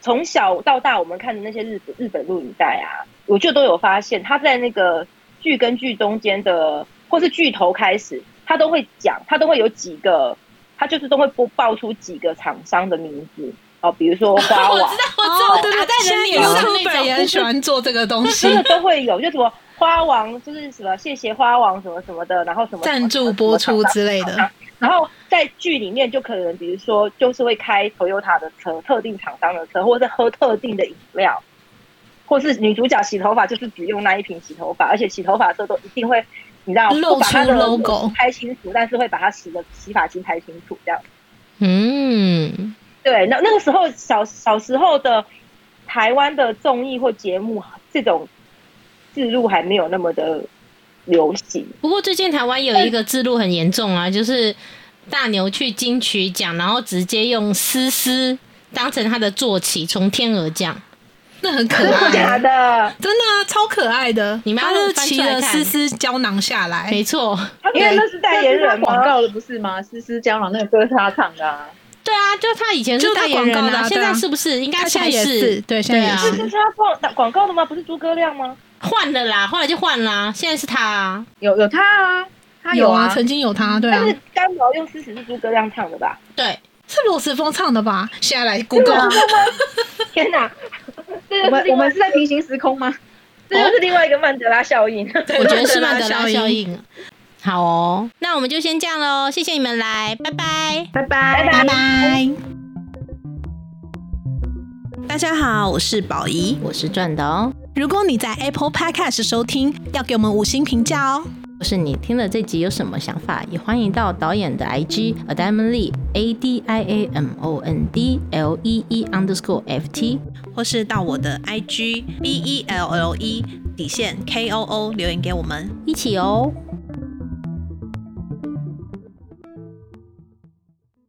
Speaker 3: 从小到大我们看的那些日本日本录影带啊，我就都有发现，他在那个剧跟剧中间的，或是剧头开始，他都会讲，他都会有几个，他就是都会播报出几个厂商的名字哦，比如说花
Speaker 4: 我
Speaker 3: 网
Speaker 4: 知，道，我知道，
Speaker 1: 哦对对
Speaker 4: 打在人脸
Speaker 1: 现在
Speaker 4: 上
Speaker 1: YouTube
Speaker 4: 那种，也很喜欢做这个东西
Speaker 3: 真，的都会有，就什么花王，就是什么谢谢花王什么什么的，然后什么
Speaker 4: 赞助播出之类的。
Speaker 3: 然后在剧里面就可能，比如说就是会开 Toyota 的车，特定厂商的车，或者是喝特定的饮料，或是女主角洗头发就是只用那一瓶洗头发，而且洗头发的时候都一定会，你知道，
Speaker 4: 露出
Speaker 3: 不把它的
Speaker 4: logo
Speaker 3: 拍清楚，但是会把它洗的洗发精拍清楚这样。
Speaker 1: 嗯，
Speaker 3: 对，那那个时候小小时候的台湾的综艺或节目，这种制度还没有那么的流行。
Speaker 1: 不过最近台湾有一个制度很严重啊，就是大牛去金曲奖，然后直接用思思当成他的坐骑从天而降。
Speaker 4: 那很可
Speaker 3: 真的假
Speaker 4: 爱，
Speaker 3: 的？
Speaker 4: 真的啊超可爱的。
Speaker 1: 你们要
Speaker 4: 他就
Speaker 1: 翻
Speaker 4: 骑
Speaker 1: 出来
Speaker 4: 着
Speaker 1: 看
Speaker 4: 丝丝胶囊下来，
Speaker 1: 没错，
Speaker 3: 因为那是代言人
Speaker 2: 广
Speaker 3: 吗？
Speaker 2: 告的不是吗？思思胶囊那个歌是他唱的啊，
Speaker 1: 对啊，就他以前是
Speaker 4: 就他
Speaker 1: 代言人
Speaker 4: 广告的
Speaker 1: 啊，
Speaker 4: 啊
Speaker 1: 现
Speaker 4: 对
Speaker 1: 在
Speaker 4: 啊
Speaker 1: 是不是？应该
Speaker 4: 他现在
Speaker 1: 在
Speaker 4: 也是对现在也
Speaker 1: 啊
Speaker 4: 是
Speaker 3: 这是他广打广告的吗？不是诸葛亮吗？
Speaker 1: 换了啦，后来就换啦，现在是他啊。
Speaker 2: 有有他啊，他
Speaker 4: 有
Speaker 2: 啊，
Speaker 4: 曾经有他，对啊
Speaker 3: 但，是干毛用诗词是诸葛亮唱的 吧？
Speaker 1: 对，
Speaker 4: 是罗时峰唱的吧？现在来 Google，
Speaker 3: 天哪，这
Speaker 2: 我
Speaker 3: 就是
Speaker 2: 们
Speaker 3: 另
Speaker 2: 我
Speaker 3: 外
Speaker 2: 们是在平行时空吗？
Speaker 3: 这就是另外一个曼德拉效应。
Speaker 1: 我觉得是曼德
Speaker 4: 曼德
Speaker 1: 拉
Speaker 4: 拉
Speaker 1: 效
Speaker 4: 效
Speaker 1: 应。好哦，那我们就先这样喽，谢谢你们来，拜拜。
Speaker 2: 拜拜
Speaker 3: 拜
Speaker 4: 拜拜。
Speaker 6: 大家好，我是宝仪。
Speaker 1: 我是赚的哦，
Speaker 4: 如果你在 Apple Podcast 收听，要给我们五星评价哦。
Speaker 1: 或是你听了这集有什么想法，也欢迎到导演的 IG a diamond lee a d i a m o n d l e e underscore f t，
Speaker 6: 或是到我的 IG B E L L E 底线 K O O 留言给我们。
Speaker 1: 一起哦。